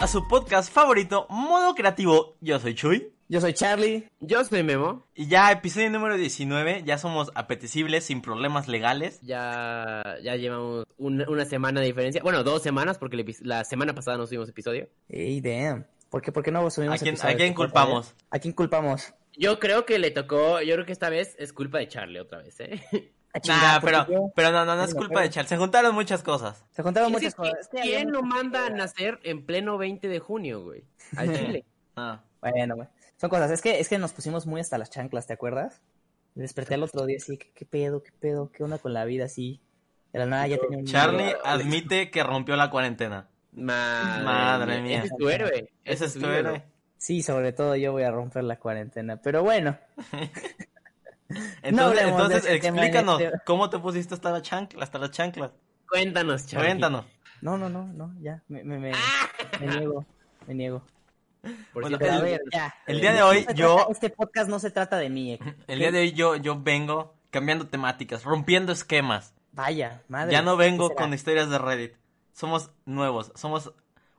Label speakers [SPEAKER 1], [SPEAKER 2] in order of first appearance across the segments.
[SPEAKER 1] a su podcast favorito, Modo Creativo. Yo soy Chuy.
[SPEAKER 2] Yo soy Charlie.
[SPEAKER 3] Yo soy Memo.
[SPEAKER 1] Y ya, episodio número 19, ya somos apetecibles sin problemas legales.
[SPEAKER 3] Ya, ya llevamos un- una semana de diferencia. Bueno, dos semanas, porque el epi- la semana pasada no subimos episodio.
[SPEAKER 2] Ey, damn. ¿Por qué, por qué no subimos
[SPEAKER 1] ¿A quién-
[SPEAKER 2] episodios?
[SPEAKER 1] a quién culpamos?
[SPEAKER 2] ¿A quién culpamos?
[SPEAKER 3] Yo creo que le tocó, yo creo que esta vez es culpa de Charlie otra vez, ¿eh?
[SPEAKER 2] A
[SPEAKER 1] Nah,
[SPEAKER 2] chingar, ¿por
[SPEAKER 1] pero,
[SPEAKER 2] qué yo?
[SPEAKER 1] pero no, no, no es
[SPEAKER 2] Venga,
[SPEAKER 1] culpa de Charles. Se juntaron muchas cosas.
[SPEAKER 2] Se contaron
[SPEAKER 3] Es
[SPEAKER 2] muchas
[SPEAKER 3] que,
[SPEAKER 2] cosas. Sí, había
[SPEAKER 3] ¿Quién lo
[SPEAKER 2] muchas
[SPEAKER 3] manda a
[SPEAKER 2] cosas.
[SPEAKER 3] nacer en pleno 20 de junio, güey? Al Chile.
[SPEAKER 1] Ah.
[SPEAKER 2] Bueno, güey. Son cosas. Es que, es que nos pusimos muy hasta las chanclas, ¿te acuerdas? Me desperté al otro día así, ¿qué, qué pedo, qué pedo? ¿Qué onda con la vida así? De la nada ya tenía un...
[SPEAKER 1] Charlie admite que rompió la cuarentena.
[SPEAKER 3] Madre,
[SPEAKER 1] Madre mía.
[SPEAKER 3] Ese es tu héroe.
[SPEAKER 1] Ese es tu
[SPEAKER 3] ídolo.
[SPEAKER 1] héroe.
[SPEAKER 2] Sí, sobre todo yo voy a romper la cuarentena. Pero bueno,
[SPEAKER 1] Entonces,
[SPEAKER 2] hablemos de
[SPEAKER 1] entonces
[SPEAKER 2] ese tema en
[SPEAKER 1] explícanos,
[SPEAKER 2] este-
[SPEAKER 1] ¿cómo te pusiste hasta las chanclas? Hasta las chanclas.
[SPEAKER 3] Cuéntanos, Charlie.
[SPEAKER 1] Cuéntanos.
[SPEAKER 2] no, no, no, no, ya. Me, me, me, me niego, me niego.
[SPEAKER 3] Por
[SPEAKER 1] Bueno,
[SPEAKER 2] Pero
[SPEAKER 3] cierto,
[SPEAKER 2] a ver, ya.
[SPEAKER 1] Ah. el día de hoy
[SPEAKER 2] No se
[SPEAKER 1] yo-
[SPEAKER 2] trata- Este podcast no se trata de mí, eh.
[SPEAKER 1] El día de hoy yo, yo vengo cambiando temáticas, rompiendo esquemas.
[SPEAKER 2] Vaya, madre.
[SPEAKER 1] ya no vengo
[SPEAKER 2] ¿qué será?
[SPEAKER 1] con historias de Reddit. Somos nuevos, somos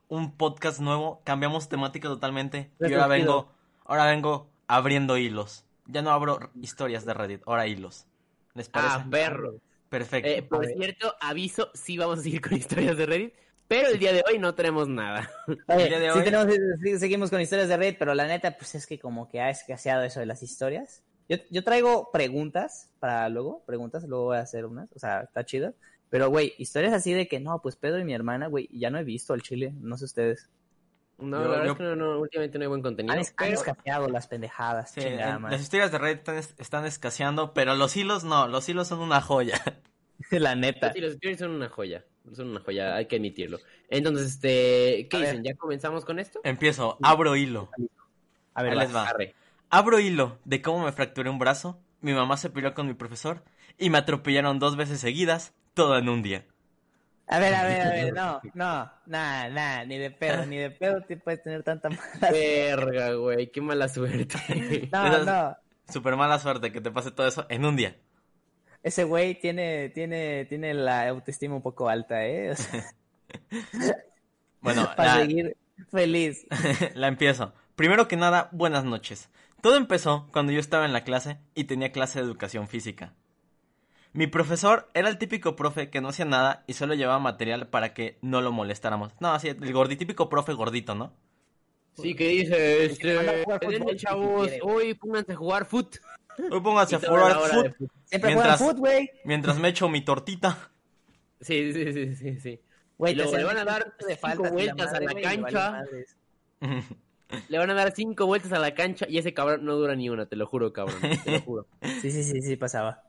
[SPEAKER 1] un podcast nuevo, cambiamos temática totalmente. Y ahora vengo, ahora vengo abriendo hilos. Ya no abro historias de Reddit, ahora hilos. ¿Les parece?
[SPEAKER 3] Ah, perro.
[SPEAKER 1] Perfecto.
[SPEAKER 3] Eh, por cierto, aviso, sí vamos a seguir con historias de Reddit, pero el día de hoy no tenemos nada.
[SPEAKER 2] Oye,
[SPEAKER 1] El día de
[SPEAKER 2] sí
[SPEAKER 1] hoy-
[SPEAKER 2] tenemos- sí, seguimos con historias de red, pero la neta, pues es que como que ha escaseado eso de las historias. Yo, yo traigo preguntas para luego, preguntas, luego voy a hacer unas, o sea, está chido. Pero, güey, historias así de que no, pues Pedro y mi hermana, güey, ya no he visto al chile, no sé ustedes.
[SPEAKER 3] No,
[SPEAKER 1] Yo-
[SPEAKER 3] la verdad
[SPEAKER 1] yo-
[SPEAKER 3] es que no, no, últimamente no hay buen contenido.
[SPEAKER 2] Han, Ah, es- han
[SPEAKER 3] pero-
[SPEAKER 2] escaseado las pendejadas,
[SPEAKER 1] Sí,
[SPEAKER 2] chingada
[SPEAKER 1] en-
[SPEAKER 2] madre.
[SPEAKER 1] las historias de Reddit están, es- están escaseando, pero los hilos no, los hilos son una joya.
[SPEAKER 2] La neta.
[SPEAKER 3] Sí, los Spirits son una joya. Son una joya, hay que admitirlo. Entonces, este, ¿qué
[SPEAKER 2] A ver.
[SPEAKER 3] dicen? ¿Ya comenzamos con esto?
[SPEAKER 1] Empiezo, abro hilo.
[SPEAKER 2] A ver,
[SPEAKER 1] Ahí
[SPEAKER 2] va.
[SPEAKER 1] les va.
[SPEAKER 3] Arre.
[SPEAKER 1] Abro hilo de cómo me fracturé un brazo, mi mamá se peleó con mi profesor y me atropellaron dos veces seguidas, todo en un día.
[SPEAKER 2] a ver, a ver, a ver, no, no, nada, nada, ni de pedo, ni de pedo te puedes tener tanta mala.
[SPEAKER 3] Verga, güey, qué mala suerte.
[SPEAKER 2] No, no.
[SPEAKER 1] Super mala suerte que te pase todo eso en un día.
[SPEAKER 2] Ese güey tiene, tiene, tiene la autoestima un poco alta, ¿eh? O sea,
[SPEAKER 1] Bueno,
[SPEAKER 2] para
[SPEAKER 1] la-
[SPEAKER 2] seguir feliz.
[SPEAKER 1] La empiezo. Primero que nada, buenas noches. Todo empezó cuando yo estaba en la clase y tenía clase de educación física. Mi profesor era el típico profe que no hacía nada y solo llevaba material para que no lo molestáramos. No, así, el gordi, típico profe gordito, ¿no?
[SPEAKER 3] Sí, que dice, este,
[SPEAKER 2] Manda a jugar
[SPEAKER 3] denle,
[SPEAKER 2] fútbol si
[SPEAKER 3] chavos,
[SPEAKER 2] quiere,
[SPEAKER 3] hoy pónganse a jugar foot.
[SPEAKER 1] Hoy pónganse a
[SPEAKER 3] Y toda la
[SPEAKER 1] jugar
[SPEAKER 3] hora
[SPEAKER 1] foot
[SPEAKER 3] de foot.
[SPEAKER 2] Siempre
[SPEAKER 1] Mientras-
[SPEAKER 2] juegan foot, güey.
[SPEAKER 1] mientras me echo mi tortita.
[SPEAKER 3] Sí, sí, sí, sí, sí.
[SPEAKER 2] Güey,
[SPEAKER 3] Y
[SPEAKER 2] te
[SPEAKER 3] luego le
[SPEAKER 2] hacen
[SPEAKER 3] van a dar
[SPEAKER 2] de
[SPEAKER 3] cinco
[SPEAKER 2] faltas y la
[SPEAKER 3] vueltas a
[SPEAKER 2] madre,
[SPEAKER 3] la
[SPEAKER 2] güey, le vale
[SPEAKER 3] cancha.
[SPEAKER 2] madres.
[SPEAKER 3] Le van a dar cinco vueltas a la cancha y ese cabrón no dura ni una, te lo juro, cabrón, te lo juro.
[SPEAKER 2] Sí, sí, sí, sí, pasaba.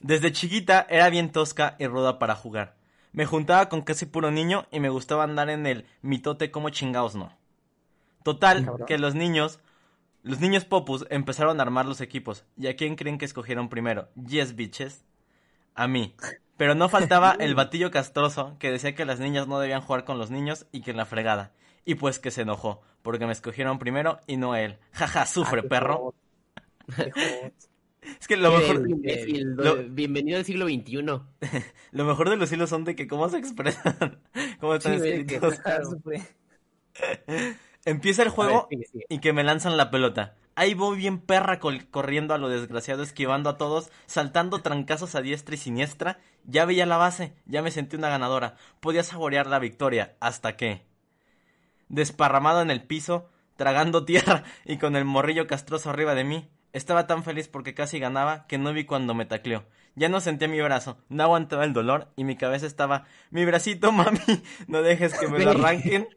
[SPEAKER 1] Desde chiquita era bien tosca y ruda para jugar. Me juntaba con casi puro niño y me gustaba andar en el mitote como chingados no. Total,
[SPEAKER 2] Cabrón.
[SPEAKER 1] que los niños, los niños popus empezaron a armar los equipos. ¿Y a quién creen que escogieron primero? Yes, bitches. A mí. Pero no faltaba el batillo castroso que decía que las niñas no debían jugar con los niños y que en la fregada. Y pues que se enojó, porque me escogieron primero y no él. Jaja, sufre,
[SPEAKER 2] Ah, qué
[SPEAKER 1] perro.
[SPEAKER 2] jod- qué jod.
[SPEAKER 1] Es que lo mejor...
[SPEAKER 3] Eres un imbécil,
[SPEAKER 1] lo-
[SPEAKER 3] Bienvenido al siglo XXI.
[SPEAKER 1] Lo mejor de los hilos son de que cómo se expresan, cómo están
[SPEAKER 3] Sí, güey, que-
[SPEAKER 1] escritos.
[SPEAKER 2] Ah, sufre.
[SPEAKER 1] Empieza el
[SPEAKER 3] A ver,
[SPEAKER 1] juego
[SPEAKER 3] sigue, sigue.
[SPEAKER 1] y que me lanzan la pelota. Ahí voy bien perra col- corriendo a lo desgraciado, esquivando a todos, saltando trancazos a diestra y siniestra. Ya veía la base, ya me sentí una ganadora. Podía saborear la victoria, hasta que... Desparramado en el piso, tragando tierra y con el morrillo castroso arriba de mí, estaba tan feliz porque casi ganaba que no vi cuando me tacleó. Ya no sentía mi brazo, no aguantaba el dolor y mi cabeza estaba... Mi bracito, mami, no dejes que me lo arranquen.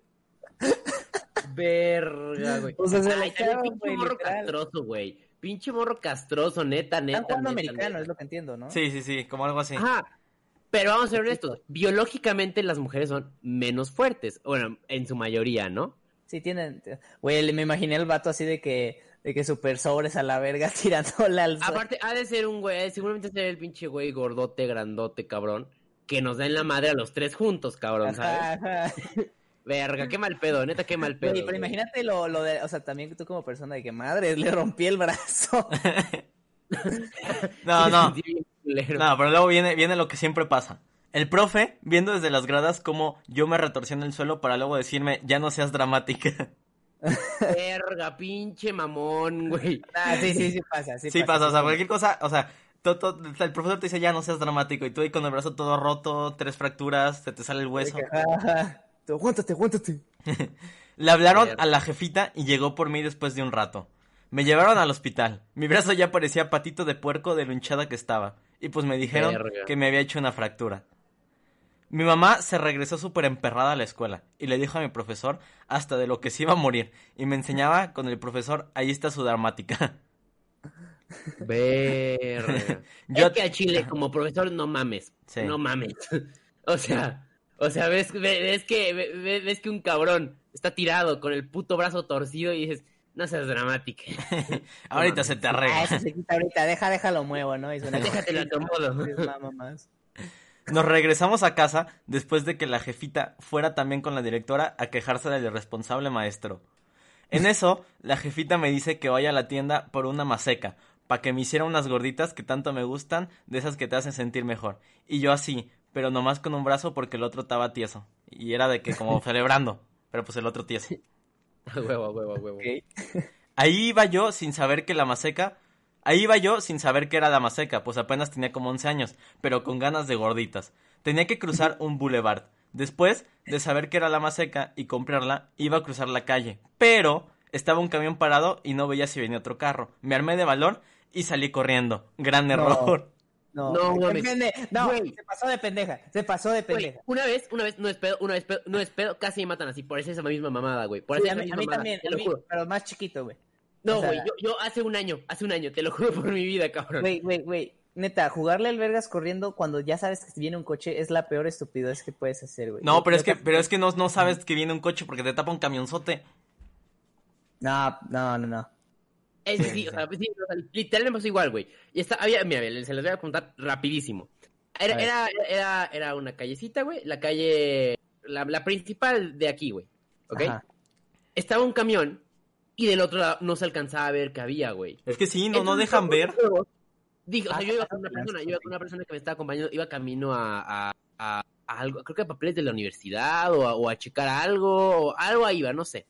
[SPEAKER 3] Verga, güey.
[SPEAKER 2] O sea, se la
[SPEAKER 3] Ay, también
[SPEAKER 2] echaron,
[SPEAKER 3] pinche
[SPEAKER 2] güey,
[SPEAKER 3] morro
[SPEAKER 2] literal.
[SPEAKER 3] castroso, güey. Pinche morro castroso, neta, neta.
[SPEAKER 2] Están jugando
[SPEAKER 3] neta,
[SPEAKER 2] americano,
[SPEAKER 3] neta.
[SPEAKER 2] es lo que entiendo, ¿no?
[SPEAKER 1] Sí, sí, sí, como algo así.
[SPEAKER 3] Ajá. Pero vamos a ser honestos. Biológicamente las mujeres son menos fuertes. Bueno, en su mayoría, ¿no?
[SPEAKER 2] Sí, tienen. Güey, le- me imaginé el vato así de que, de que super sobres a la verga tirándole al.
[SPEAKER 3] Aparte, ha de ser un güey, seguramente ser el pinche güey gordote, grandote, cabrón. Que nos da en la madre a los tres juntos, cabrón,
[SPEAKER 2] Ajá,
[SPEAKER 3] ¿sabes?
[SPEAKER 2] ajá.
[SPEAKER 3] Verga, qué mal pedo, neta, qué mal pedo.
[SPEAKER 2] Oye, pero
[SPEAKER 3] güey.
[SPEAKER 2] imagínate lo, lo de, o sea, también tú como persona de que madre, le rompí el brazo.
[SPEAKER 1] No,
[SPEAKER 3] Sí,
[SPEAKER 1] no.
[SPEAKER 3] sentí bien culero.
[SPEAKER 1] No, pero luego viene, viene lo que siempre pasa. El profe, viendo desde las gradas cómo yo me retorcí en el suelo para luego decirme, ya no seas dramática.
[SPEAKER 3] Verga, pinche mamón, güey.
[SPEAKER 2] Ah, sí, sí, sí pasa. Sí,
[SPEAKER 1] Sí, pasa, o sea, cualquier cosa, o sea, to- to- el profesor te dice, ya no seas dramático, y tú ahí con el brazo todo roto, tres fracturas, se te sale el hueso.
[SPEAKER 2] Ajá. Tú, aguántate, aguántate.
[SPEAKER 1] Le hablaron
[SPEAKER 3] Verga.
[SPEAKER 1] a la jefita y llegó por mí después de un rato. Me llevaron al hospital. Mi brazo ya parecía patito de puerco de lo hinchada que estaba. Y pues me dijeron
[SPEAKER 3] Verga.
[SPEAKER 1] que me había hecho una fractura. Mi mamá se regresó súper emperrada a la escuela y le dijo a mi profesor hasta de lo que se iba a morir. Y me enseñaba con el profesor, ahí está su dramática.
[SPEAKER 3] Verga.
[SPEAKER 1] Yo-
[SPEAKER 3] Es que a Chile, como profesor, no mames.
[SPEAKER 1] Sí.
[SPEAKER 3] No mames. O sea, o sea, ves, ve- ves que ve- ve- ves que un cabrón está tirado con el puto brazo torcido y dices, no seas dramática.
[SPEAKER 1] Ahorita
[SPEAKER 3] mames.
[SPEAKER 1] se te
[SPEAKER 2] Ah,
[SPEAKER 1] arregla.
[SPEAKER 2] eso se quita ahorita. Deja, déjalo muevo, ¿no? Y suena-
[SPEAKER 3] Déjate lo acomodo.
[SPEAKER 2] Sí, mamá más.
[SPEAKER 1] Nos regresamos a casa después de que la jefita fuera también con la directora a quejarse del irresponsable maestro. En eso, la jefita me dice que vaya a la tienda por una maseca, para que me hiciera unas gorditas que tanto me gustan, de esas que te hacen sentir mejor. Y yo así, pero nomás con un brazo porque el otro estaba tieso. Y era de que como celebrando, pero pues el otro tieso.
[SPEAKER 3] A huevo, a huevo, a huevo.
[SPEAKER 2] Ok.
[SPEAKER 1] Ahí iba yo sin saber que la maseca. Ahí iba yo sin saber que era la maseca, pues apenas tenía como 11 años, pero con ganas de gorditas. Tenía que cruzar un boulevard. Después de saber que era la maseca y comprarla, iba a cruzar la calle. Pero estaba un camión parado y no veía si venía otro carro. Me armé de valor y salí corriendo. Gran
[SPEAKER 2] No.
[SPEAKER 1] error.
[SPEAKER 2] No,
[SPEAKER 3] No,
[SPEAKER 2] qué
[SPEAKER 3] mames.
[SPEAKER 2] pende- no,
[SPEAKER 3] Güey.
[SPEAKER 2] se pasó de pendeja. Se pasó de
[SPEAKER 3] Güey,
[SPEAKER 2] pendeja.
[SPEAKER 3] una vez, una vez, no es pedo, una vez, pedo, no es pedo, casi me matan así, por esa misma mamada, güey. Por
[SPEAKER 2] Sí,
[SPEAKER 3] esa
[SPEAKER 2] a mí,
[SPEAKER 3] misma
[SPEAKER 2] a mí
[SPEAKER 3] mamada,
[SPEAKER 2] también,
[SPEAKER 3] te
[SPEAKER 2] a
[SPEAKER 3] lo
[SPEAKER 2] mí,
[SPEAKER 3] juro.
[SPEAKER 2] pero más chiquito, güey.
[SPEAKER 3] No,
[SPEAKER 2] o sea-
[SPEAKER 3] güey, yo, yo hace un año, hace un año, te lo juro por mi vida, cabrón.
[SPEAKER 2] Güey, güey, güey. Neta, jugarle al vergas corriendo cuando ya sabes que viene un coche es la peor estupidez que puedes hacer, güey.
[SPEAKER 1] No, pero
[SPEAKER 2] Yo-
[SPEAKER 1] es que,
[SPEAKER 2] yo-
[SPEAKER 1] pero es que no, no sabes que viene un coche porque te tapa un camionzote.
[SPEAKER 2] No, no, no, no.
[SPEAKER 3] Es
[SPEAKER 1] Sí,
[SPEAKER 3] sí,
[SPEAKER 1] sí,
[SPEAKER 3] o sea, pues sí, o sea, literal me pasó igual, güey. Y está, había, mira, mira, se los voy a contar rapidísimo.
[SPEAKER 2] A
[SPEAKER 3] Era,
[SPEAKER 2] ver.
[SPEAKER 3] era, era, era una callecita, güey, la calle, la, la principal de aquí, güey, ¿ok?
[SPEAKER 2] Ajá.
[SPEAKER 3] Estaba un camión y del otro lado no se alcanzaba a ver qué había, güey.
[SPEAKER 1] Es que sí, no, no
[SPEAKER 3] Entonces,
[SPEAKER 1] dejan ver.
[SPEAKER 3] luego, Dije, o sea,
[SPEAKER 2] Ah,
[SPEAKER 3] yo iba
[SPEAKER 2] ah,
[SPEAKER 3] con una
[SPEAKER 2] claro,
[SPEAKER 3] persona, yo iba con una persona que me estaba acompañando, iba camino a, a- a- a algo, creo que a papeles de la universidad o a, o a checar algo, o algo ahí iba, no sé.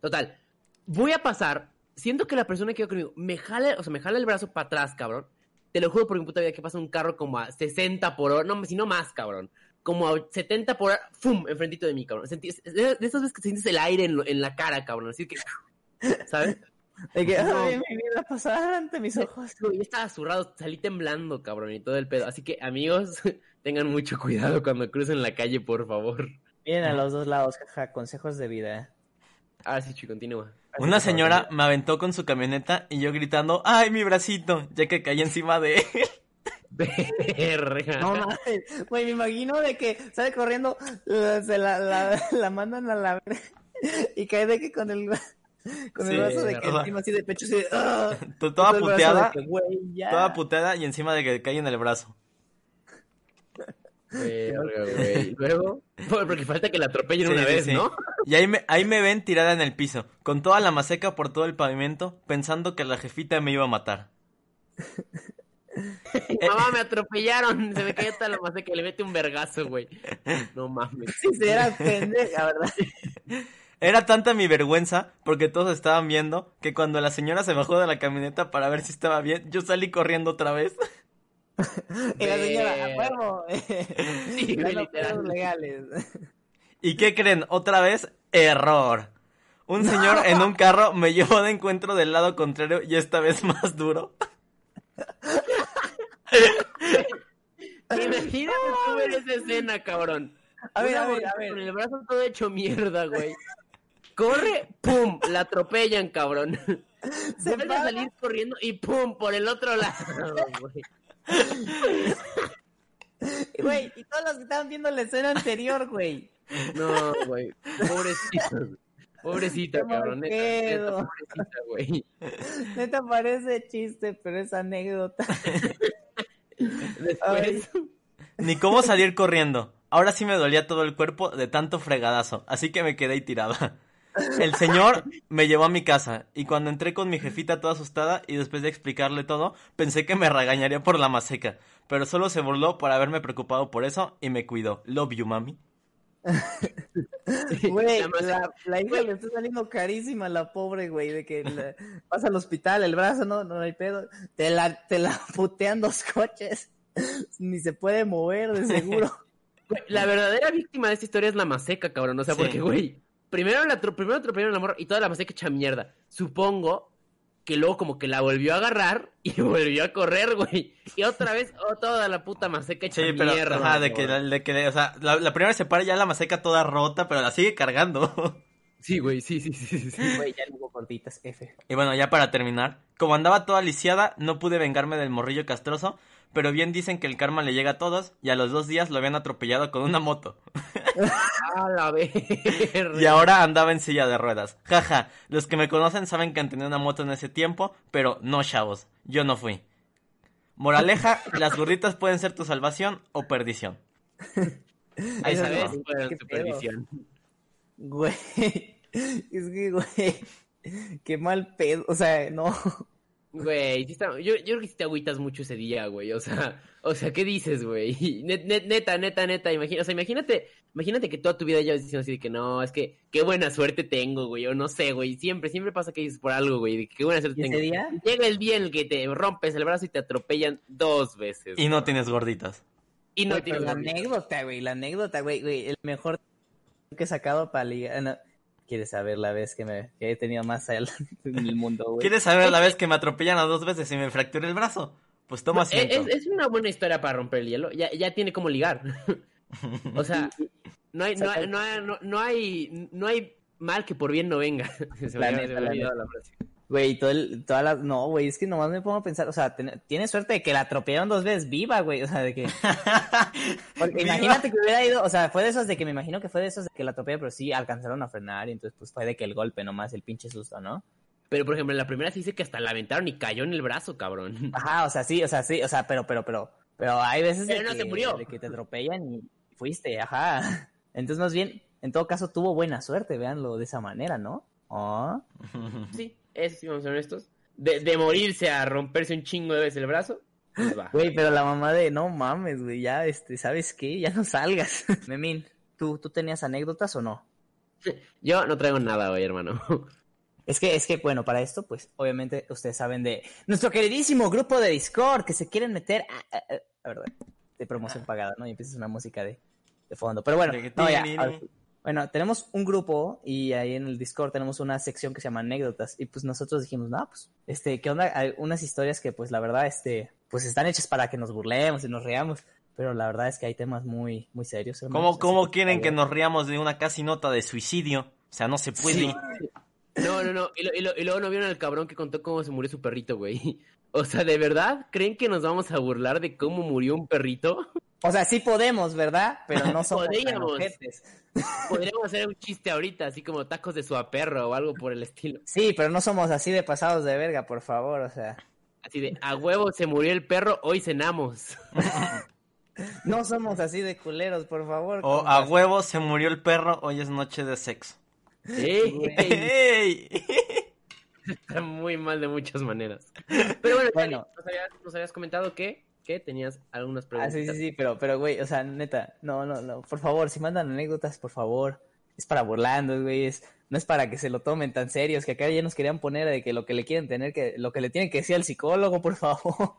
[SPEAKER 3] Total, voy a pasar, siento que la persona que iba conmigo me jala, o sea, me jala el brazo para atrás, cabrón. Te lo juro por mi puta vida que pasa un carro como a 60 por hora, no, si no más, cabrón. Como a 70 por hora, ¡fum! enfrentito de mí, cabrón. Sentí- es de de esas veces que sientes el aire en, lo- en la cara, cabrón. Así que, ¿sabes?
[SPEAKER 2] De que,
[SPEAKER 3] No.
[SPEAKER 2] ay, mi vida pasaba ante mis ojos.
[SPEAKER 3] No, yo estaba zurrado, salí temblando, cabrón, y todo el pedo. Así que, amigos, tengan mucho cuidado cuando crucen la calle, por favor.
[SPEAKER 2] Miren a los dos lados, jaja, consejos de vida. eh.
[SPEAKER 3] Ahora Ah, sí, Chuy, continúa.
[SPEAKER 1] Una señora me aventó con su camioneta y yo gritando, ¡ay, mi bracito! Ya que caí encima de él.
[SPEAKER 3] Verga.
[SPEAKER 2] No mames, güey, me imagino de que sale corriendo, eh, se la, la, la mandan a la verga y cae de que con el con el
[SPEAKER 1] Sí,
[SPEAKER 2] brazo de que
[SPEAKER 1] o sea.
[SPEAKER 2] encima así de pecho así de, ah,
[SPEAKER 1] To- Toda
[SPEAKER 2] todo el brazo
[SPEAKER 1] puteada,
[SPEAKER 2] de que, Ah. güey, ya.
[SPEAKER 1] toda puteada y encima de que cae en el brazo.
[SPEAKER 3] Verga, güey. Luego, Bueno, porque falta que la atropellen
[SPEAKER 1] Sí,
[SPEAKER 3] una
[SPEAKER 1] sí,
[SPEAKER 3] vez,
[SPEAKER 1] sí.
[SPEAKER 3] ¿no?
[SPEAKER 1] Y ahí me, ahí me ven tirada en el piso, con toda la maseca por todo el pavimento, pensando que la jefita me iba a matar.
[SPEAKER 3] Mamá, me atropellaron. Se me cayó hasta la masa que le mete un vergazo, güey. No mames.
[SPEAKER 2] Sí, se era pendeja, ¿verdad?
[SPEAKER 1] Era tanta mi vergüenza, porque todos estaban viendo, que cuando la señora se bajó de la camioneta para ver si estaba bien, yo salí corriendo otra vez.
[SPEAKER 2] Y la señora, a
[SPEAKER 3] Ver-
[SPEAKER 2] huevo.
[SPEAKER 3] Sí,
[SPEAKER 2] Ya
[SPEAKER 3] güey,
[SPEAKER 2] no pedos
[SPEAKER 3] literal.
[SPEAKER 2] legales.
[SPEAKER 1] ¿Y qué creen? Otra vez, error. Un señor en un carro me llevó de encuentro del lado contrario y esta vez más duro.
[SPEAKER 3] Imagínate tú ver esa escena, cabrón.
[SPEAKER 2] A ver,
[SPEAKER 3] Una
[SPEAKER 2] a ver,
[SPEAKER 3] bolita
[SPEAKER 2] a ver.
[SPEAKER 3] Con el brazo todo hecho mierda, güey. Corre, pum, la atropellan, cabrón. Se vuelve a
[SPEAKER 2] para.
[SPEAKER 3] salir corriendo y pum, por el otro lado, güey.
[SPEAKER 2] Güey, y todos los que estaban viendo la escena anterior, güey.
[SPEAKER 3] No, güey. Pobrecito. Pobrecita,
[SPEAKER 2] Qué mal
[SPEAKER 3] cabrón. neta,
[SPEAKER 2] pedo.
[SPEAKER 3] neta, Pobrecita, güey.
[SPEAKER 2] Neta parece chiste, pero es anécdota. A ver.
[SPEAKER 3] Después,
[SPEAKER 1] Ni cómo salir corriendo. Ahora sí me dolía todo el cuerpo de tanto fregadazo, así que me quedé ahí tirada. El señor me llevó a mi casa y cuando entré con mi jefita toda asustada y después de explicarle todo, pensé que me regañaría por la maseca, pero solo se burló por haberme preocupado por eso y me cuidó. Love you, mami.
[SPEAKER 2] Güey,
[SPEAKER 3] Nada más-
[SPEAKER 2] la, la hija le está saliendo carísima, la pobre, güey, de que la- vas al hospital, el brazo, no, no hay pedo. Te la, te la putean dos coches. Ni se puede mover, de seguro.
[SPEAKER 3] Güey, La verdadera víctima de esta historia es la maseca, cabrón. O sea,
[SPEAKER 1] Sí.
[SPEAKER 3] porque, güey, primero la atro- primero atropellaron la morra y toda la maseca hecha mierda. Supongo que luego como que la volvió a agarrar y volvió a correr, güey. Y otra vez, oh, toda la puta maseca hecha
[SPEAKER 1] Sí, pero
[SPEAKER 3] mierda.
[SPEAKER 1] ajá, de que,
[SPEAKER 3] cabrón.
[SPEAKER 1] de que- o sea, la, la primera se para ya la maseca toda rota, pero la sigue cargando.
[SPEAKER 3] Sí, güey, sí, sí, sí, sí, sí.
[SPEAKER 2] Güey, ya no hubo gorditas, F.
[SPEAKER 1] Y bueno, ya para terminar, como andaba toda lisiada, no pude vengarme del morrillo castroso, pero bien dicen que el karma le llega a todos y a los dos días lo habían atropellado con una moto.
[SPEAKER 3] A la verga.
[SPEAKER 1] Y ahora andaba en silla de ruedas. Jaja, los que me conocen saben que tenía una moto en ese tiempo, pero no chavos, yo no fui. Moraleja, las gorditas pueden ser tu salvación o perdición. Ahí
[SPEAKER 2] Eso
[SPEAKER 3] Esa
[SPEAKER 1] salió.
[SPEAKER 3] vez
[SPEAKER 2] no.
[SPEAKER 3] fue
[SPEAKER 2] Qué
[SPEAKER 3] en supervisión.
[SPEAKER 2] Güey, es que, güey, qué mal pedo, o sea, no.
[SPEAKER 3] Güey, sí está- yo, yo creo que sí te agüitas mucho ese día, güey. O sea, o sea, ¿qué dices, güey? Net- net- neta, neta, neta, imagina, o sea, imagínate, imagínate que toda tu vida ya vas diciendo así de que no, es que qué buena suerte tengo, güey. O no sé, güey. Siempre, siempre pasa que dices por algo, güey, de que qué buena suerte
[SPEAKER 2] ¿Y ese
[SPEAKER 3] tengo.
[SPEAKER 2] día?
[SPEAKER 3] Y Llega el día en el que te rompes el brazo y te atropellan dos veces.
[SPEAKER 1] Y no tienes gorditas.
[SPEAKER 3] Y no
[SPEAKER 2] Güey, pero
[SPEAKER 3] tienes
[SPEAKER 2] la
[SPEAKER 3] amigos.
[SPEAKER 2] anécdota, güey, la anécdota, güey, güey, el mejor que he sacado para ligar. no. ¿Quieres saber la vez que me que he tenido más adelante en el mundo, güey?
[SPEAKER 1] ¿Quieres saber la vez que me atropellan a dos veces y me fracturé el brazo? Pues toma
[SPEAKER 3] Es,
[SPEAKER 1] asiento.
[SPEAKER 3] es- es una buena historia para romper el hielo. Ya, ya tiene como ligar. o sea, no hay, no, hay- no, hay- no, no hay, no hay mal que por bien no venga. Se me
[SPEAKER 2] La
[SPEAKER 3] había-
[SPEAKER 2] neta,
[SPEAKER 3] se me
[SPEAKER 2] la
[SPEAKER 3] había olvidado
[SPEAKER 2] neta.
[SPEAKER 3] la frase.
[SPEAKER 2] Güey, todo el, todas las, no, güey, es que nomás me pongo a pensar, o sea, ten- tienes suerte de que la atropellaron dos veces viva, güey, o sea, de que, porque
[SPEAKER 1] Viva.
[SPEAKER 2] imagínate que hubiera ido, o sea, fue de esos de que me imagino que fue de esos de que la atropellaron, pero sí alcanzaron a frenar y entonces pues fue de que el golpe nomás, el pinche susto, ¿no?
[SPEAKER 3] Pero, por ejemplo, en la primera se dice que hasta la aventaron y cayó en el brazo, cabrón.
[SPEAKER 2] Ajá, o sea, sí, o sea, sí, o sea, pero, pero, pero, pero hay veces de,
[SPEAKER 3] Pero no
[SPEAKER 2] que,
[SPEAKER 3] se murió.
[SPEAKER 2] de que te atropellan y fuiste, ajá. Entonces, más bien, en todo caso, tuvo buena suerte, véanlo de esa manera, ¿no? Oh,
[SPEAKER 3] Sí, eso sí, vamos a ser honestos. De, de morirse a romperse un chingo de veces el brazo, pues va.
[SPEAKER 2] güey, pero la mamá de, no mames, güey, ya, este, ¿sabes qué? Ya no salgas. Memín, ¿tú, ¿tú tenías anécdotas o no?
[SPEAKER 3] Yo no traigo nada hoy, hermano.
[SPEAKER 2] Es que, es que, bueno, para esto, pues, obviamente, ustedes saben de nuestro queridísimo grupo de Discord que se quieren meter a, a- a- la verdad, de promoción pagada, ¿no? Y empiezas una música de, de fondo. Pero bueno,
[SPEAKER 1] De-
[SPEAKER 2] no, ya, a ver. Bueno, tenemos un grupo y ahí en el Discord tenemos una sección que se llama anécdotas y pues nosotros dijimos, no, pues, este, ¿qué onda? Hay unas historias que pues la verdad, este, pues están hechas para que nos burlemos y nos reamos, pero la verdad es que hay temas muy, muy serios. hermanos,
[SPEAKER 1] ¿Cómo,
[SPEAKER 2] así
[SPEAKER 1] cómo
[SPEAKER 2] que,
[SPEAKER 1] quieren
[SPEAKER 2] por
[SPEAKER 1] que
[SPEAKER 2] favor.
[SPEAKER 1] nos riamos de una casi nota de suicidio? O sea, no se puede.
[SPEAKER 3] Sí. No, no, no. Y, lo- y lo- y luego no vieron al cabrón que contó cómo se murió su perrito, güey. O sea, ¿de verdad creen que nos vamos a burlar de cómo murió un perrito?
[SPEAKER 2] O sea, sí podemos, ¿verdad? Pero no somos tan
[SPEAKER 3] Podríamos.
[SPEAKER 2] ojetes.
[SPEAKER 3] Podríamos hacer un chiste ahorita, así como tacos de su perro o algo por el estilo.
[SPEAKER 2] Sí, pero no somos así de pasados de verga, por favor, o sea,
[SPEAKER 3] Así de, a huevo se murió el perro, hoy cenamos.
[SPEAKER 2] no somos así de culeros, por favor.
[SPEAKER 1] O a
[SPEAKER 2] compas.
[SPEAKER 1] huevo se murió el perro, hoy es noche de sexo.
[SPEAKER 3] Ey.
[SPEAKER 1] ¡Ey!
[SPEAKER 3] Está muy mal de muchas maneras. Pero bueno,
[SPEAKER 2] Bueno.
[SPEAKER 3] Dani, Nos, habías, nos habías comentado que, que tenías algunas
[SPEAKER 2] Ah,
[SPEAKER 3] preguntas.
[SPEAKER 2] sí, sí, sí, pero, pero, güey, o sea, neta, no, no, no, por favor, si mandan anécdotas, por favor, es para burlando, güey, es, no es para que se lo tomen tan serios, que acá ya nos querían poner de que lo que le quieren tener, que lo que le tienen que decir al psicólogo, por favor.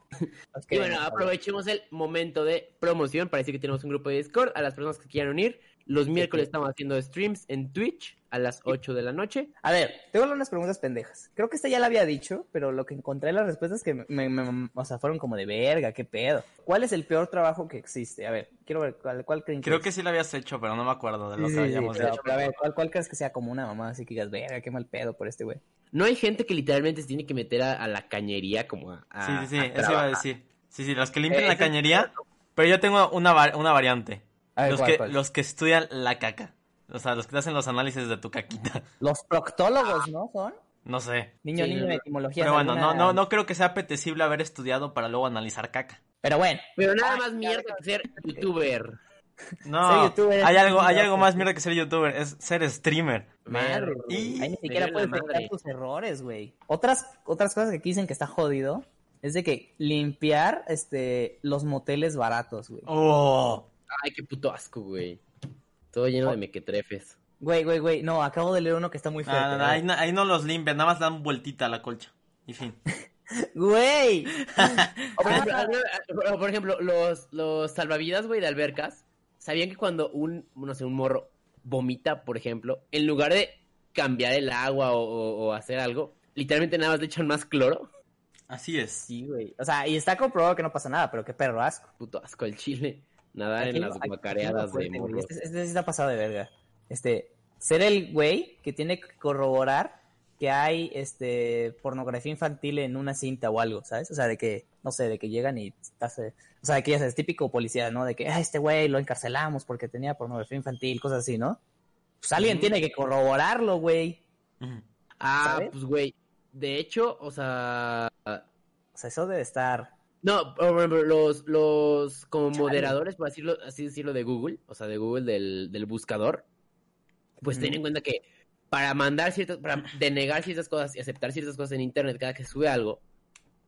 [SPEAKER 2] Nos
[SPEAKER 3] Y
[SPEAKER 2] queremos,
[SPEAKER 3] bueno,
[SPEAKER 2] cabrón.
[SPEAKER 3] aprovechemos el momento de promoción. Parece que tenemos un grupo de Discord. A las personas que quieran unir, los miércoles estamos haciendo streams en Twitch a las 8 de la noche.
[SPEAKER 2] A ver, tengo unas preguntas pendejas. Creo que esta ya la había dicho, pero lo que encontré en las respuestas que me, me- me- o sea, fueron como de verga, qué pedo. ¿Cuál es el peor trabajo que existe? A ver, quiero ver, ¿cuál, cuál creen que
[SPEAKER 1] Creo
[SPEAKER 2] es?
[SPEAKER 1] que sí lo habías hecho, pero no me acuerdo de lo
[SPEAKER 2] Sí,
[SPEAKER 1] que
[SPEAKER 2] sí, sí,
[SPEAKER 1] habíamos
[SPEAKER 2] pero,
[SPEAKER 1] dicho.
[SPEAKER 2] pero a ver, ¿cuál, ¿cuál crees que sea como una mamá así que digas, verga, qué mal pedo por este güey?
[SPEAKER 3] No hay gente que literalmente se tiene que meter a, a la cañería como a.
[SPEAKER 2] ah,
[SPEAKER 1] Sí,
[SPEAKER 3] a-
[SPEAKER 1] sí, sí,
[SPEAKER 3] a
[SPEAKER 1] eso iba a
[SPEAKER 3] trabajar.
[SPEAKER 1] decir. Sí, sí, los que limpian
[SPEAKER 3] Eh,
[SPEAKER 1] la
[SPEAKER 3] ese-
[SPEAKER 1] cañería. Pero yo tengo una, va- una variante.
[SPEAKER 2] A ver,
[SPEAKER 1] los,
[SPEAKER 2] ¿cuál,
[SPEAKER 1] que,
[SPEAKER 2] cuál?
[SPEAKER 1] los que estudian la caca. O sea, los que te hacen los análisis de tu caquita.
[SPEAKER 2] Los proctólogos, ¿no? Son
[SPEAKER 1] No sé.
[SPEAKER 2] niño,
[SPEAKER 3] Sí,
[SPEAKER 2] niño de
[SPEAKER 3] no.
[SPEAKER 2] etimología.
[SPEAKER 1] Pero bueno, no,
[SPEAKER 2] alguna-
[SPEAKER 1] no, no creo que sea apetecible haber estudiado para luego analizar caca.
[SPEAKER 2] Pero bueno,
[SPEAKER 3] Pero nada
[SPEAKER 2] Ay,
[SPEAKER 3] más
[SPEAKER 2] ya
[SPEAKER 3] mierda
[SPEAKER 2] deja-
[SPEAKER 3] que ser youtuber.
[SPEAKER 1] No,
[SPEAKER 2] Ser youtuber es
[SPEAKER 1] hay
[SPEAKER 2] un
[SPEAKER 1] algo, hay
[SPEAKER 2] miedo,
[SPEAKER 1] algo más
[SPEAKER 2] pues.
[SPEAKER 1] mierda que ser youtuber, es ser streamer.
[SPEAKER 2] madre,
[SPEAKER 3] Ver-
[SPEAKER 2] güey.
[SPEAKER 1] Y-
[SPEAKER 2] Ahí ni
[SPEAKER 3] Me
[SPEAKER 2] siquiera
[SPEAKER 3] dio la
[SPEAKER 2] puedes
[SPEAKER 3] madre.
[SPEAKER 2] detectar tus errores, güey. Otras, otras cosas que aquí dicen que está jodido Es de que limpiar este los moteles baratos, güey.
[SPEAKER 1] Oh.
[SPEAKER 3] Ay, qué puto asco, güey. Todo lleno de mequetrefes.
[SPEAKER 2] Güey, güey, güey. No, acabo de leer uno que está muy feo.
[SPEAKER 1] Ah, no, no,
[SPEAKER 2] pero-
[SPEAKER 1] ahí, no, ahí no los limpian, nada más dan vueltita a la colcha. Y fin.
[SPEAKER 2] Güey.
[SPEAKER 3] O por ejemplo, alguna- o por ejemplo, los, los salvavidas, güey, de albercas, sabían que cuando un, no sé, un morro vomita, por ejemplo, en lugar de cambiar el agua o, o- o hacer algo, literalmente nada más le echan más cloro.
[SPEAKER 1] Así es.
[SPEAKER 2] Sí, güey. O sea, y está comprobado que no pasa nada, pero qué perro asco.
[SPEAKER 3] Puto asco el chile. Nadar
[SPEAKER 2] Aquí
[SPEAKER 3] en
[SPEAKER 2] no-
[SPEAKER 3] las
[SPEAKER 2] aquí- aquí no
[SPEAKER 3] guacareadas de
[SPEAKER 2] fuerte, güey.
[SPEAKER 3] morro.
[SPEAKER 2] Este, este sí está pasado de verga. Este, ser el güey que tiene que corroborar que hay este pornografía infantil en una cinta o algo, ¿sabes? O sea, de que, no sé, de que llegan y estás, eh, o sea, de que ya sabes, típico policía, ¿no? De que, ah, este güey lo encarcelamos porque tenía pornografía infantil, cosas así, ¿no? Pues alguien
[SPEAKER 3] Ujú.
[SPEAKER 2] tiene que corroborarlo, güey.
[SPEAKER 1] Ujú.
[SPEAKER 3] Ah,
[SPEAKER 2] ¿Sabe?
[SPEAKER 3] pues, güey. De hecho, o sea...
[SPEAKER 2] O sea, eso debe estar.
[SPEAKER 3] No, por ejemplo, los, los como
[SPEAKER 2] Chale.
[SPEAKER 3] moderadores, por decirlo, así decirlo, de Google, o sea, de Google del, del buscador, pues ten en
[SPEAKER 2] Ujú.
[SPEAKER 3] cuenta que para mandar ciertas, para denegar ciertas cosas y aceptar ciertas cosas en internet cada que sube algo,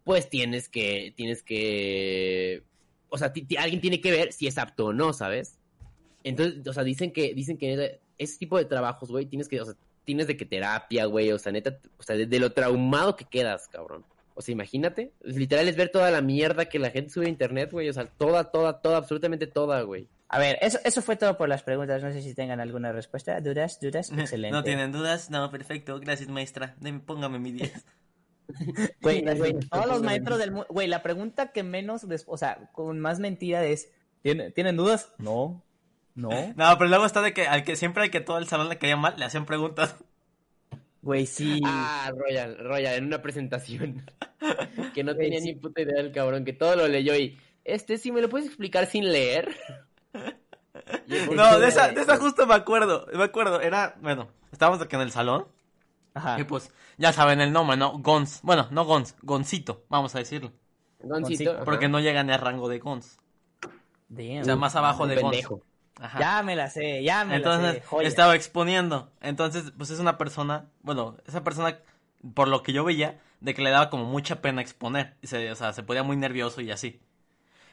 [SPEAKER 3] pues tienes que, tienes que, o sea, ti- ti- alguien tiene que ver si es apto o no, ¿sabes? Entonces, o sea, dicen que, dicen que neta, ese tipo de trabajos, güey, tienes que, o sea, tienes de que terapia, güey, o sea, neta, o sea, de, de lo traumado que quedas, cabrón. O sea, imagínate, literal es ver toda la mierda que la gente sube a internet, güey, o sea, toda, toda, toda, absolutamente toda, güey.
[SPEAKER 2] A ver, eso, eso fue todo por las preguntas. No sé si tengan alguna respuesta. Dudas, dudas, excelente.
[SPEAKER 1] No tienen dudas, no, perfecto, gracias maestra. Deme- póngame mi 10.
[SPEAKER 2] Güey,
[SPEAKER 3] Gracias,
[SPEAKER 2] güey,
[SPEAKER 3] doctor,
[SPEAKER 2] todos los
[SPEAKER 3] por
[SPEAKER 2] maestros del mundo. Güey, la pregunta que menos, res- o sea, con más mentira es: ¿tiene- ¿tienen dudas? No. No.
[SPEAKER 1] No, pero luego está de que al que siempre al que todo el salón le caía mal, le hacían preguntas.
[SPEAKER 2] Güey, sí.
[SPEAKER 3] Ah, Royal, Royal, en una presentación. que no
[SPEAKER 2] Güey,
[SPEAKER 3] tenía
[SPEAKER 2] sí.
[SPEAKER 3] ni puta idea del cabrón, que todo lo leyó y. Este, si me lo puedes explicar sin leer. Y el
[SPEAKER 1] No, de
[SPEAKER 3] güey,
[SPEAKER 1] esa, de esa justo me acuerdo, me acuerdo, era, bueno, estábamos aquí en el salón,
[SPEAKER 2] Ajá.
[SPEAKER 1] y pues, ya saben el nombre, ¿no? Gons, bueno, no Gons, Goncito, vamos a decirlo,
[SPEAKER 3] Goncito, ajá.
[SPEAKER 1] porque no llegan al rango de Gons,
[SPEAKER 2] Damn.
[SPEAKER 1] o sea, más abajo
[SPEAKER 3] Un
[SPEAKER 1] de Gons.
[SPEAKER 3] pendejo.
[SPEAKER 1] Ajá.
[SPEAKER 2] Ya me la sé, ya me la sé.
[SPEAKER 1] Entonces,
[SPEAKER 2] Joya.
[SPEAKER 1] estaba exponiendo. Entonces, pues es una persona, bueno, esa persona, por lo que yo veía, de que le daba como mucha pena exponer. Y se- o sea, se ponía muy nervioso y así.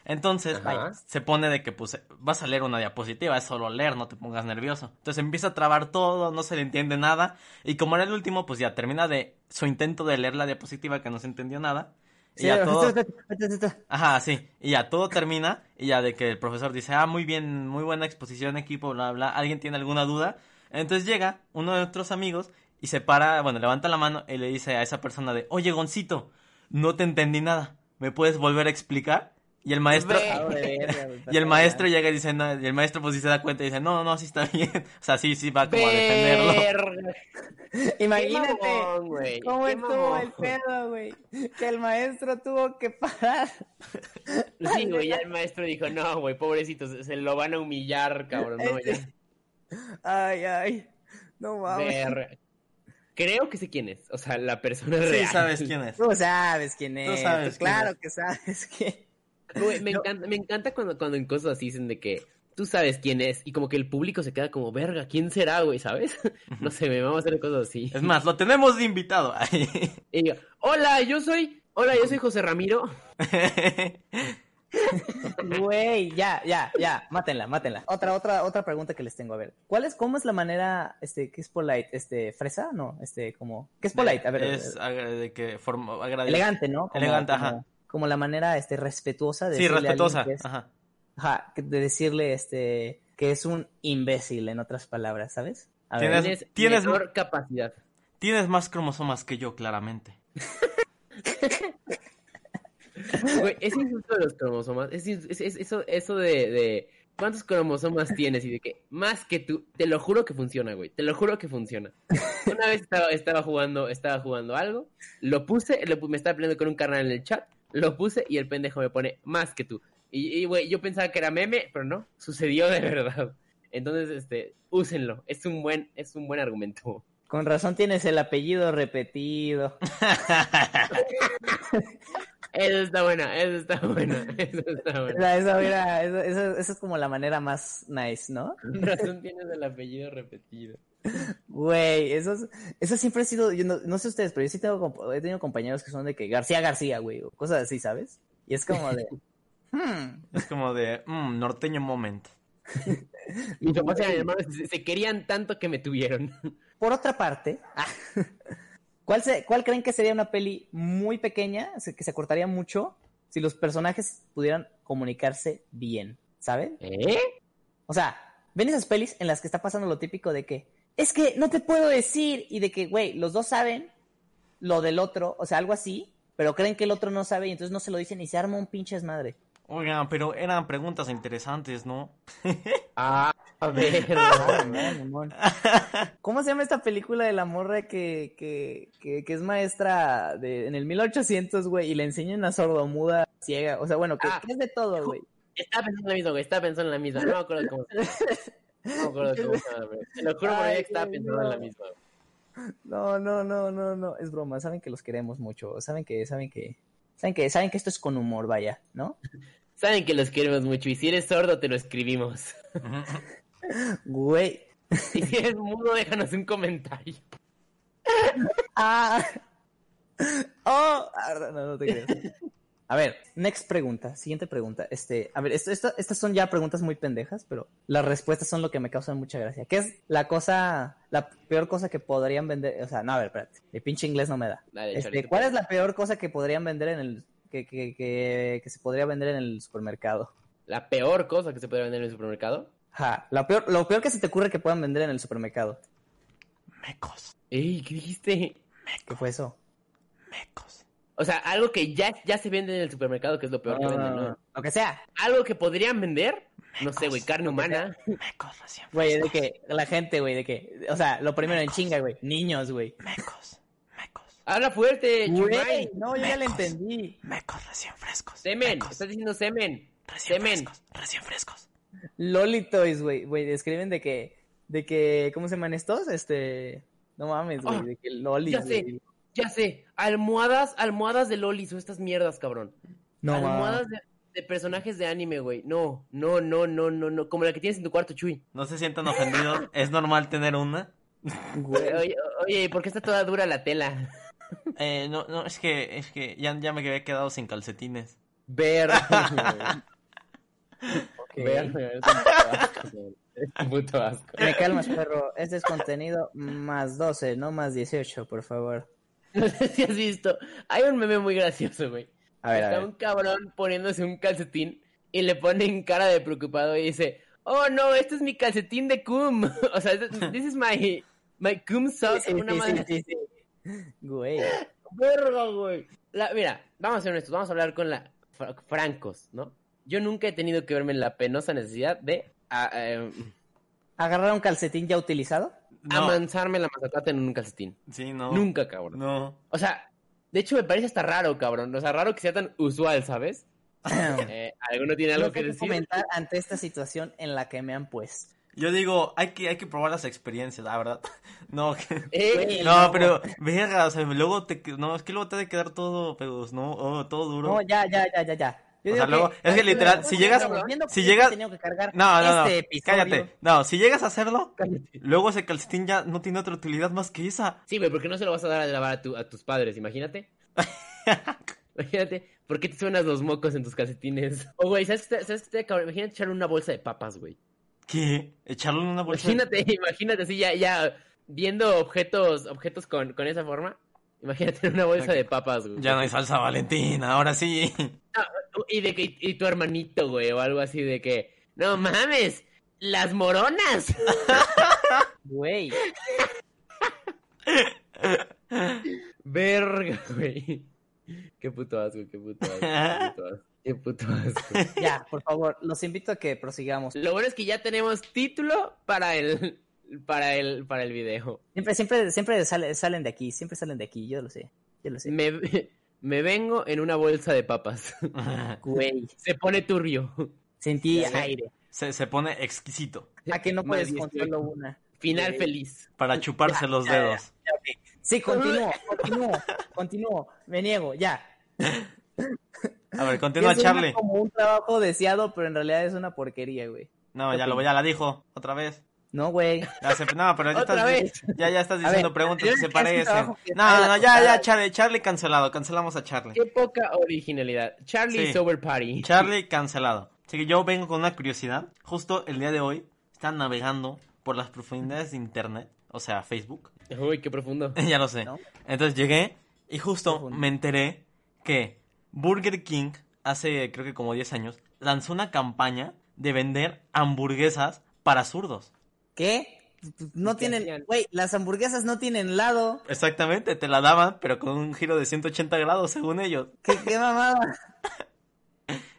[SPEAKER 1] Entonces,
[SPEAKER 3] Ajá.
[SPEAKER 1] se pone de que, pues, vas a leer una diapositiva, es solo leer, no te pongas nervioso. Entonces empieza a trabar todo, no se le entiende nada. Y como era el último, pues ya termina de su intento de leer la diapositiva que no se entendió nada. Y
[SPEAKER 2] Sí,
[SPEAKER 1] ya todo-
[SPEAKER 2] todo...
[SPEAKER 1] Ajá, sí. Y ya todo termina. Y ya de que el profesor dice, ah, muy bien, muy buena exposición, equipo, bla, bla. ¿Alguien tiene alguna duda? Entonces llega uno de nuestros amigos y se para, bueno, levanta la mano y le dice a esa persona de, oye, Goncito, no te entendí nada. ¿Me puedes volver a explicar? Y el maestro...
[SPEAKER 3] Ve.
[SPEAKER 1] Y el maestro llega y dice, no, y el maestro pues sí se da cuenta y dice, no, no, sí está bien. O sea, sí, sí va como a defenderlo.
[SPEAKER 3] Verga, qué
[SPEAKER 2] Imagínate
[SPEAKER 3] mamón, güey,
[SPEAKER 2] cómo
[SPEAKER 3] qué
[SPEAKER 2] estuvo
[SPEAKER 3] mamón.
[SPEAKER 2] el pedo, güey. Que el maestro tuvo que parar.
[SPEAKER 3] Sí, güey, ya el maestro dijo, no, güey, pobrecitos, se lo van a humillar, cabrón. No, ya.
[SPEAKER 2] Ay, ay. No mames.
[SPEAKER 3] Verga. Creo que sé quién es, o sea, la persona
[SPEAKER 1] Sí,
[SPEAKER 3] real.
[SPEAKER 1] sabes quién es.
[SPEAKER 2] Tú sabes quién es. Tú
[SPEAKER 1] sabes quién
[SPEAKER 2] claro
[SPEAKER 1] es.
[SPEAKER 2] que sabes quién.
[SPEAKER 3] Güey, me, encanta, me encanta cuando, cuando en cosas así dicen de que tú sabes quién es y como que el público se queda como, verga, ¿quién será, güey? ¿Sabes? No sé, me vamos a hacer cosas así.
[SPEAKER 1] Es más, lo tenemos de invitado. Ay.
[SPEAKER 3] Y digo, hola, yo soy, hola, yo soy José Ramiro.
[SPEAKER 2] Güey, ya, ya, ya, mátenla, mátenla. Otra, otra, otra pregunta que les tengo, a ver. ¿Cuál es, cómo es la manera, este, qué es polite? Este, fresa, no, este, como, ¿qué es polite? A ver, eh,
[SPEAKER 1] Es agra- de que forma- agrade-
[SPEAKER 2] elegante, ¿no? Como-
[SPEAKER 1] Elegante,
[SPEAKER 2] como-
[SPEAKER 1] ajá.
[SPEAKER 2] Como la manera, este, respetuosa de
[SPEAKER 1] Sí,
[SPEAKER 2] decirle a alguien
[SPEAKER 1] respetuosa.
[SPEAKER 2] que es-
[SPEAKER 1] Ajá.
[SPEAKER 2] ajá, que- de decirle, este, que es un imbécil, en otras palabras, ¿sabes? A ver,
[SPEAKER 1] Tienes-
[SPEAKER 3] Tienes,
[SPEAKER 1] tienes-
[SPEAKER 3] menor capacidad.
[SPEAKER 1] Tienes más cromosomas que yo, claramente.
[SPEAKER 3] Güey, ese insulto de los cromosomas, es, es- es- eso, eso de, de cuántos cromosomas tienes y de que más que tú, te lo juro que funciona, güey, te lo juro que funciona. Una vez estaba, estaba jugando, estaba jugando algo, lo puse, lo pu- me estaba peleando con un carnal en el chat, lo puse y el pendejo me pone más que tú. Y, y, güey, yo pensaba que era meme, pero no, sucedió de verdad. Entonces, este, úsenlo, es un buen, es un buen argumento.
[SPEAKER 2] con razón tienes el apellido repetido.
[SPEAKER 3] Eso está buena, eso está buena, eso está buena.
[SPEAKER 2] Esa, esa era- esa- esa- esa es como la manera más nice, ¿no?
[SPEAKER 3] Con razón tienes el apellido repetido.
[SPEAKER 2] Güey, eso, es- eso siempre ha sido, yo no, no sé ustedes, pero yo sí tengo, comp- he tenido compañeros que son de que García García, güey, o cosas así, ¿sabes? Y es como de... hmm,
[SPEAKER 1] Es como de, mm, norteño moment.
[SPEAKER 3] Mis papás eran hermanos, se, se querían tanto que me tuvieron.
[SPEAKER 2] Por otra parte, ah, ¿cuál, se- ¿cuál creen que sería una peli muy pequeña, o sea, que se cortaría mucho, si los personajes pudieran comunicarse bien, ¿saben?
[SPEAKER 3] ¿Eh?
[SPEAKER 2] O sea, ven esas pelis en las que está pasando lo típico de que, es que no te puedo decir, y de que, güey, los dos saben lo del otro, o sea, algo así, pero creen que el otro no sabe y entonces no se lo dicen y se arma un pinche madre.
[SPEAKER 1] Oigan, pero eran preguntas interesantes, ¿no?
[SPEAKER 3] Ah, a ver.
[SPEAKER 2] ¿Cómo se llama esta película de la morra que, que, que, que es maestra de, en el 1800, güey, y le enseña una sordomuda ciega? O sea, bueno, que,
[SPEAKER 3] Ah.
[SPEAKER 2] que es de todo, güey.
[SPEAKER 3] Estaba pensando en la misma, güey. Estaba pensando en la misma. No me acuerdo cómo se No me acuerdo cómo se llama, güey. Te lo juro
[SPEAKER 2] Ay,
[SPEAKER 3] por Dios que estaba
[SPEAKER 2] güey,
[SPEAKER 3] pensando en la
[SPEAKER 2] no.
[SPEAKER 3] misma. güey.
[SPEAKER 2] No, no, no, no, no, es broma. Saben que los queremos mucho. Saben que, saben que, saben que, saben que esto es con humor, vaya, ¿no?
[SPEAKER 3] Saben que los queremos mucho. Y si eres sordo, te lo escribimos.
[SPEAKER 2] Güey.
[SPEAKER 3] Y si eres mudo, déjanos un comentario.
[SPEAKER 2] Ah. Oh. Ah, No, no te creas. A ver, next pregunta, siguiente pregunta. Este, a ver, esto, esto- estas son ya preguntas muy pendejas, pero las respuestas son lo que me causan mucha gracia. ¿Qué es la cosa, la peor cosa que podrían vender? O sea, no, a ver, espérate, mi pinche inglés no me da.
[SPEAKER 3] Dale,
[SPEAKER 2] Este,
[SPEAKER 3] Charlie, tú
[SPEAKER 2] ¿Cuál
[SPEAKER 3] puedes.
[SPEAKER 2] es la peor cosa que podrían vender en el, que, que, que, que se podría vender en el supermercado?
[SPEAKER 3] La peor cosa que se puede vender en el supermercado.
[SPEAKER 2] Ja, la peor, lo peor que se te ocurre que puedan vender en el supermercado.
[SPEAKER 1] Mecos,
[SPEAKER 3] Ey, ¿qué dijiste?
[SPEAKER 2] ¿Qué fue eso?
[SPEAKER 1] mecos.
[SPEAKER 3] O sea, algo que ya, ya se vende en el supermercado, que es lo peor que
[SPEAKER 2] Ah.
[SPEAKER 3] venden, ¿no?
[SPEAKER 2] Lo que sea,
[SPEAKER 3] Algo que podrían vender. No sé,
[SPEAKER 2] Ah,
[SPEAKER 3] güey, carne humana.
[SPEAKER 1] Mecos recién
[SPEAKER 2] Güey, de
[SPEAKER 1] frescos.
[SPEAKER 2] que la gente, güey, de que, o sea, lo primero en chinga, güey, niños, güey.
[SPEAKER 1] Mecos, mecos.
[SPEAKER 3] Habla fuerte,
[SPEAKER 2] Güey,
[SPEAKER 3] Chumay.
[SPEAKER 2] no, yo ya le
[SPEAKER 1] Mecos.
[SPEAKER 2] entendí.
[SPEAKER 1] Mecos recién frescos.
[SPEAKER 3] Semen,
[SPEAKER 1] Mecos,
[SPEAKER 3] estás diciendo semen.
[SPEAKER 1] recién
[SPEAKER 3] semen.
[SPEAKER 1] frescos. Recién frescos.
[SPEAKER 2] Loli Toys, güey, güey, escriben de que, de que, ¿cómo se llaman estos? Este, no mames, güey,
[SPEAKER 3] Ah,
[SPEAKER 2] de que Loli,
[SPEAKER 3] ya sé.
[SPEAKER 2] güey.
[SPEAKER 3] Ya sé, almohadas, almohadas de lolis o estas mierdas, cabrón.
[SPEAKER 2] No mames.
[SPEAKER 3] almohadas de, de personajes de anime, güey. No, no, no, no, no, no. Como la que tienes en tu cuarto, Chuy.
[SPEAKER 1] No se sientan ofendidos. Es normal tener una.
[SPEAKER 2] Güey,
[SPEAKER 3] Oye, oye, ¿por qué está toda dura la tela?
[SPEAKER 1] Eh, no, no, es que, es que ya, ya me había quedado sin calcetines.
[SPEAKER 3] Ver.
[SPEAKER 2] ok.
[SPEAKER 3] Ver. Es un puto asco.
[SPEAKER 2] Me calmas, perro. Este es contenido más 12, no más 18, por favor.
[SPEAKER 3] No sé si has visto. Hay un meme muy gracioso, güey.
[SPEAKER 2] A ver, a
[SPEAKER 3] Está
[SPEAKER 2] ver.
[SPEAKER 3] un cabrón poniéndose un calcetín y le ponen cara de preocupado y dice, oh no, este es mi calcetín de cum. o sea, this is my, my cum sock.
[SPEAKER 2] Sí, sí,
[SPEAKER 3] una
[SPEAKER 2] sí,
[SPEAKER 3] madre
[SPEAKER 2] sí, sí. Güey,
[SPEAKER 3] verga, güey. La- mira, vamos a ser honestos, vamos a hablar con la fra- francos, ¿no? Yo nunca he tenido que verme en la penosa necesidad de a- eh,
[SPEAKER 2] agarrar un calcetín ya utilizado.
[SPEAKER 1] No,
[SPEAKER 3] amansarme la mazacata en un calcetín.
[SPEAKER 1] sí, no.
[SPEAKER 3] Nunca, cabrón.
[SPEAKER 1] No.
[SPEAKER 3] O sea, de hecho me parece hasta raro, cabrón. O sea, raro que sea tan usual, ¿sabes? Eh, ¿Alguno tiene algo
[SPEAKER 2] No
[SPEAKER 3] que
[SPEAKER 2] sé qué
[SPEAKER 3] decir?
[SPEAKER 2] comentar ante esta situación en la que me han puesto.
[SPEAKER 1] Yo digo, hay que, hay que probar las experiencias, la verdad. No, que-
[SPEAKER 3] Eh,
[SPEAKER 2] Güey,
[SPEAKER 1] No, pero, verga, o sea, luego te, que- no, es que luego te ha de quedar todo, pedos, no, oh, todo duro.
[SPEAKER 2] No, ya, ya, ya, ya, ya.
[SPEAKER 1] O sea, luego- es que literal, si llegas- si llegas- No,
[SPEAKER 2] no,
[SPEAKER 1] no, no,
[SPEAKER 2] Este
[SPEAKER 1] cállate. No, si llegas a hacerlo,
[SPEAKER 3] cállate.
[SPEAKER 1] luego ese calcetín ya no tiene otra utilidad más que esa.
[SPEAKER 3] eh, Sí, güey, ¿por qué no se lo vas a dar a lavar a, tu- a tus padres? Imagínate. Imagínate, ¿por qué te suenas los mocos en tus calcetines? O, güey, ¿sabes qué? está- ¿sabes qué está cabrón? Imagínate echarle una bolsa de papas, güey.
[SPEAKER 1] ¿Qué? Echarlo en una bolsa.
[SPEAKER 3] Imagínate, imagínate así ya, ya viendo objetos, objetos con, con esa forma. Imagínate en una bolsa de papas, güey.
[SPEAKER 1] Ya no hay salsa Valentina, ahora sí.
[SPEAKER 3] Y de que y tu hermanito, güey, o algo así de que, no mames, las moronas.
[SPEAKER 2] Güey,
[SPEAKER 3] Verga, güey. Qué puto asco, qué puto asco, qué puto asco. Qué puto asco.
[SPEAKER 2] ya, por favor, los invito a que prosigamos.
[SPEAKER 3] Lo bueno es que ya tenemos título para el para el para el video.
[SPEAKER 2] Siempre, siempre, siempre sale- salen de aquí, siempre salen de aquí, yo lo sé, yo lo sé.
[SPEAKER 3] Me, me vengo en una bolsa de papas.
[SPEAKER 2] Güey,
[SPEAKER 3] Se pone turbio.
[SPEAKER 2] sentí
[SPEAKER 1] Ya sé.
[SPEAKER 2] aire.
[SPEAKER 1] Se, se pone exquisito
[SPEAKER 2] ¿A que no
[SPEAKER 3] Más
[SPEAKER 2] puedes
[SPEAKER 3] 18.
[SPEAKER 2] con solo una?
[SPEAKER 3] Final
[SPEAKER 2] Güey.
[SPEAKER 3] feliz.
[SPEAKER 1] para chuparse los
[SPEAKER 2] ya, ya.
[SPEAKER 1] dedos.
[SPEAKER 2] Sí, continúo, continúo, continúo, me niego, ya.
[SPEAKER 1] A ver, continúa
[SPEAKER 2] Que suena
[SPEAKER 1] Charlie.
[SPEAKER 2] como un trabajo deseado, pero en realidad es una porquería, güey.
[SPEAKER 1] No, ya lo ya la dijo otra vez.
[SPEAKER 2] No, güey.
[SPEAKER 1] Ya se- no, pero ya
[SPEAKER 3] Otra
[SPEAKER 1] estás,
[SPEAKER 3] vez.
[SPEAKER 1] Ya, ya estás diciendo
[SPEAKER 2] ver,
[SPEAKER 1] preguntas
[SPEAKER 2] yo
[SPEAKER 1] que
[SPEAKER 2] creo
[SPEAKER 1] se
[SPEAKER 2] que es un
[SPEAKER 1] parecen.
[SPEAKER 2] trabajo que
[SPEAKER 1] No,
[SPEAKER 2] vale
[SPEAKER 1] no,
[SPEAKER 2] la
[SPEAKER 1] ya,
[SPEAKER 2] total.
[SPEAKER 1] ya, Charlie, Charlie cancelado. Cancelamos a Charlie.
[SPEAKER 3] Qué poca originalidad. Charlie
[SPEAKER 1] Sí.
[SPEAKER 3] Sober Party.
[SPEAKER 1] Charlie cancelado. Así que yo vengo con una curiosidad. Justo el día de hoy están navegando por las profundidades de internet, o sea, Facebook.
[SPEAKER 3] Uy, qué profundo.
[SPEAKER 1] ya lo sé.
[SPEAKER 2] ¿No?
[SPEAKER 1] Entonces llegué y justo
[SPEAKER 2] Profundo.
[SPEAKER 1] me enteré que Burger King hace creo que como 10 años lanzó una campaña de vender hamburguesas para zurdos.
[SPEAKER 2] ¿Qué? Pues, No
[SPEAKER 3] ¿Qué
[SPEAKER 2] tienen,
[SPEAKER 3] hacían?
[SPEAKER 2] güey, las hamburguesas no tienen lado.
[SPEAKER 1] Exactamente, te la daban, pero con un giro de 180 grados según ellos.
[SPEAKER 2] ¿Qué, qué mamada?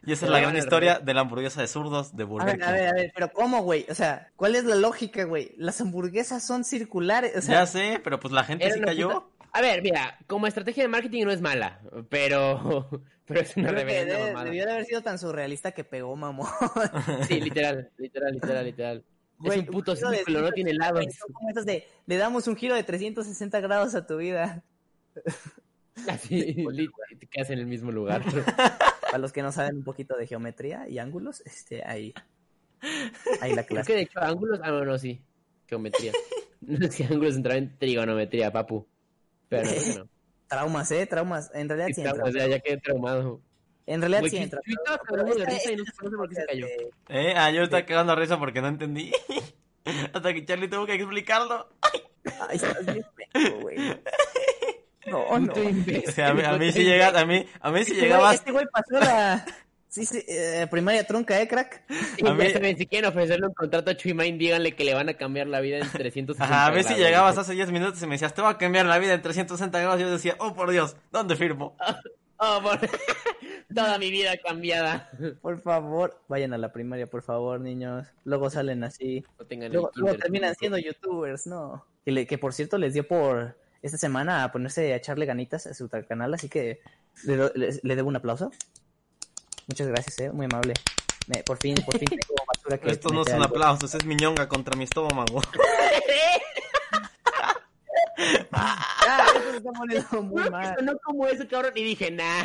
[SPEAKER 1] Y esa
[SPEAKER 3] Te
[SPEAKER 1] es la
[SPEAKER 3] la daban
[SPEAKER 1] gran
[SPEAKER 3] al
[SPEAKER 1] historia
[SPEAKER 3] revés.
[SPEAKER 1] de la hamburguesa de zurdos de
[SPEAKER 2] A
[SPEAKER 1] Burger
[SPEAKER 2] ver,
[SPEAKER 1] King.
[SPEAKER 2] a ver, a ver, pero ¿cómo, güey? O sea, ¿cuál es la lógica, güey? Las hamburguesas son circulares. O sea,
[SPEAKER 1] ya sé, pero pues la gente
[SPEAKER 3] Era
[SPEAKER 1] sí
[SPEAKER 3] una
[SPEAKER 1] cayó.
[SPEAKER 3] puta- A ver, mira, como estrategia de marketing no es mala, pero, pero es una
[SPEAKER 2] creo que
[SPEAKER 3] reverenda
[SPEAKER 2] debe-
[SPEAKER 3] mamada.
[SPEAKER 2] debió de haber sido tan surrealista que pegó, mamón.
[SPEAKER 3] Sí, literal, literal, literal, literal.
[SPEAKER 2] Güey,
[SPEAKER 3] es un puto
[SPEAKER 2] giro de
[SPEAKER 3] círculo, no tiene lados.
[SPEAKER 2] Son como esas de, le damos un giro de 360 grados a tu vida.
[SPEAKER 3] Así, lit- te quedas en el mismo lugar.
[SPEAKER 2] Para los que no saben un poquito de geometría y ángulos, este, ahí. Ahí la
[SPEAKER 3] Creo
[SPEAKER 2] clase.
[SPEAKER 3] que de hecho ángulos... Ah, no, no, sí. Geometría. No sé si ángulos entraba en trigonometría, papu. Pero no, creo que no.
[SPEAKER 2] Traumas, ¿eh? Traumas. En realidad sí
[SPEAKER 3] Estamos,
[SPEAKER 2] entra.
[SPEAKER 3] o sea, ya quedé traumado.
[SPEAKER 2] En realidad
[SPEAKER 3] Güey,
[SPEAKER 2] sí
[SPEAKER 3] tú-
[SPEAKER 2] entra.
[SPEAKER 3] tú estabas
[SPEAKER 2] Pero
[SPEAKER 3] cagando de
[SPEAKER 2] este-
[SPEAKER 3] risa y no
[SPEAKER 2] este
[SPEAKER 3] sé no sé por qué se cayó.
[SPEAKER 2] de-
[SPEAKER 1] Eh, ah, yo estaba cagando a risa porque no entendí. Hasta que Charlie tuvo que explicarlo.
[SPEAKER 2] Ay, estás bien pendejo, güey. No, no.
[SPEAKER 3] Puto imbécil.
[SPEAKER 1] O sea, a mí, a mí Oh, sí llegas, a mí, a mí sí
[SPEAKER 2] Este güey-
[SPEAKER 1] llegabas.
[SPEAKER 2] Este güey pasó la... Sí, sí, eh, primaria trunca, ¿eh, crack?
[SPEAKER 3] Sí,
[SPEAKER 1] A
[SPEAKER 3] ya
[SPEAKER 1] mí-
[SPEAKER 3] saben, si quieren ofrecerle un contrato a Chuimain, díganle que le van a cambiar la vida en 360
[SPEAKER 1] Ajá, a mí sí
[SPEAKER 3] grados.
[SPEAKER 1] llegabas hace 10 minutos y me decías, te va a cambiar la vida en 360 grados. Yo decía, oh por Dios, ¿dónde firmo?
[SPEAKER 3] Oh, por- Toda mi vida cambiada.
[SPEAKER 2] Por favor, vayan a la primaria, por favor, niños. Luego salen así.
[SPEAKER 3] No tengan el
[SPEAKER 2] Luego, luego
[SPEAKER 3] kinder.
[SPEAKER 2] terminan siendo youtubers, ¿no? Que, le- que por cierto les dio por esta semana a ponerse a echarle ganitas a su tra- canal, así que le, do- les- le debo un aplauso. Muchas gracias, eh, muy amable. Me- por fin, por fin tengo basura que
[SPEAKER 1] Esto no
[SPEAKER 2] meter
[SPEAKER 1] son
[SPEAKER 2] al-
[SPEAKER 1] aplausos, es miñonga contra mi estómago.
[SPEAKER 2] Ah, esto se está poniendo muy
[SPEAKER 3] Juro que
[SPEAKER 2] mal.
[SPEAKER 3] sonó como eso, cabrón, y dije, nah,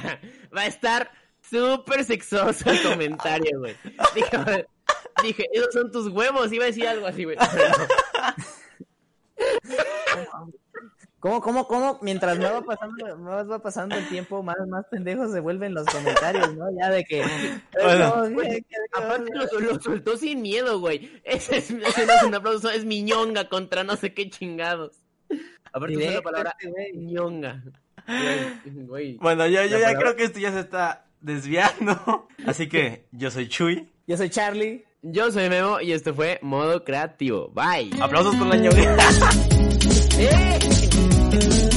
[SPEAKER 3] va a estar súper sexoso el comentario, güey. Dije, dije, esos son tus huevos, iba a decir algo así, güey. pero no.
[SPEAKER 2] ¿Cómo, cómo, cómo? Mientras más va pasando, más va pasando el tiempo, más, más pendejos se vuelven los comentarios, ¿no? Ya de que.
[SPEAKER 1] Bueno.
[SPEAKER 2] No, que- que-
[SPEAKER 3] Aparte lo, lo soltó sin miedo, güey. Ese, es, ese no es un aplauso, es miñonga contra no sé qué chingados. Aparte usó
[SPEAKER 2] Directo
[SPEAKER 3] la palabra
[SPEAKER 2] este güey.
[SPEAKER 3] miñonga. Güey, güey.
[SPEAKER 1] Bueno, yo, yo
[SPEAKER 3] La
[SPEAKER 1] ya
[SPEAKER 3] palabra-
[SPEAKER 1] creo que esto ya se está desviando. Así que yo soy Chuy.
[SPEAKER 2] Yo soy Charlie.
[SPEAKER 3] Yo soy Memo y esto fue Modo Creativo. Bye.
[SPEAKER 1] Aplausos por la ñonga.
[SPEAKER 3] ¡Eh!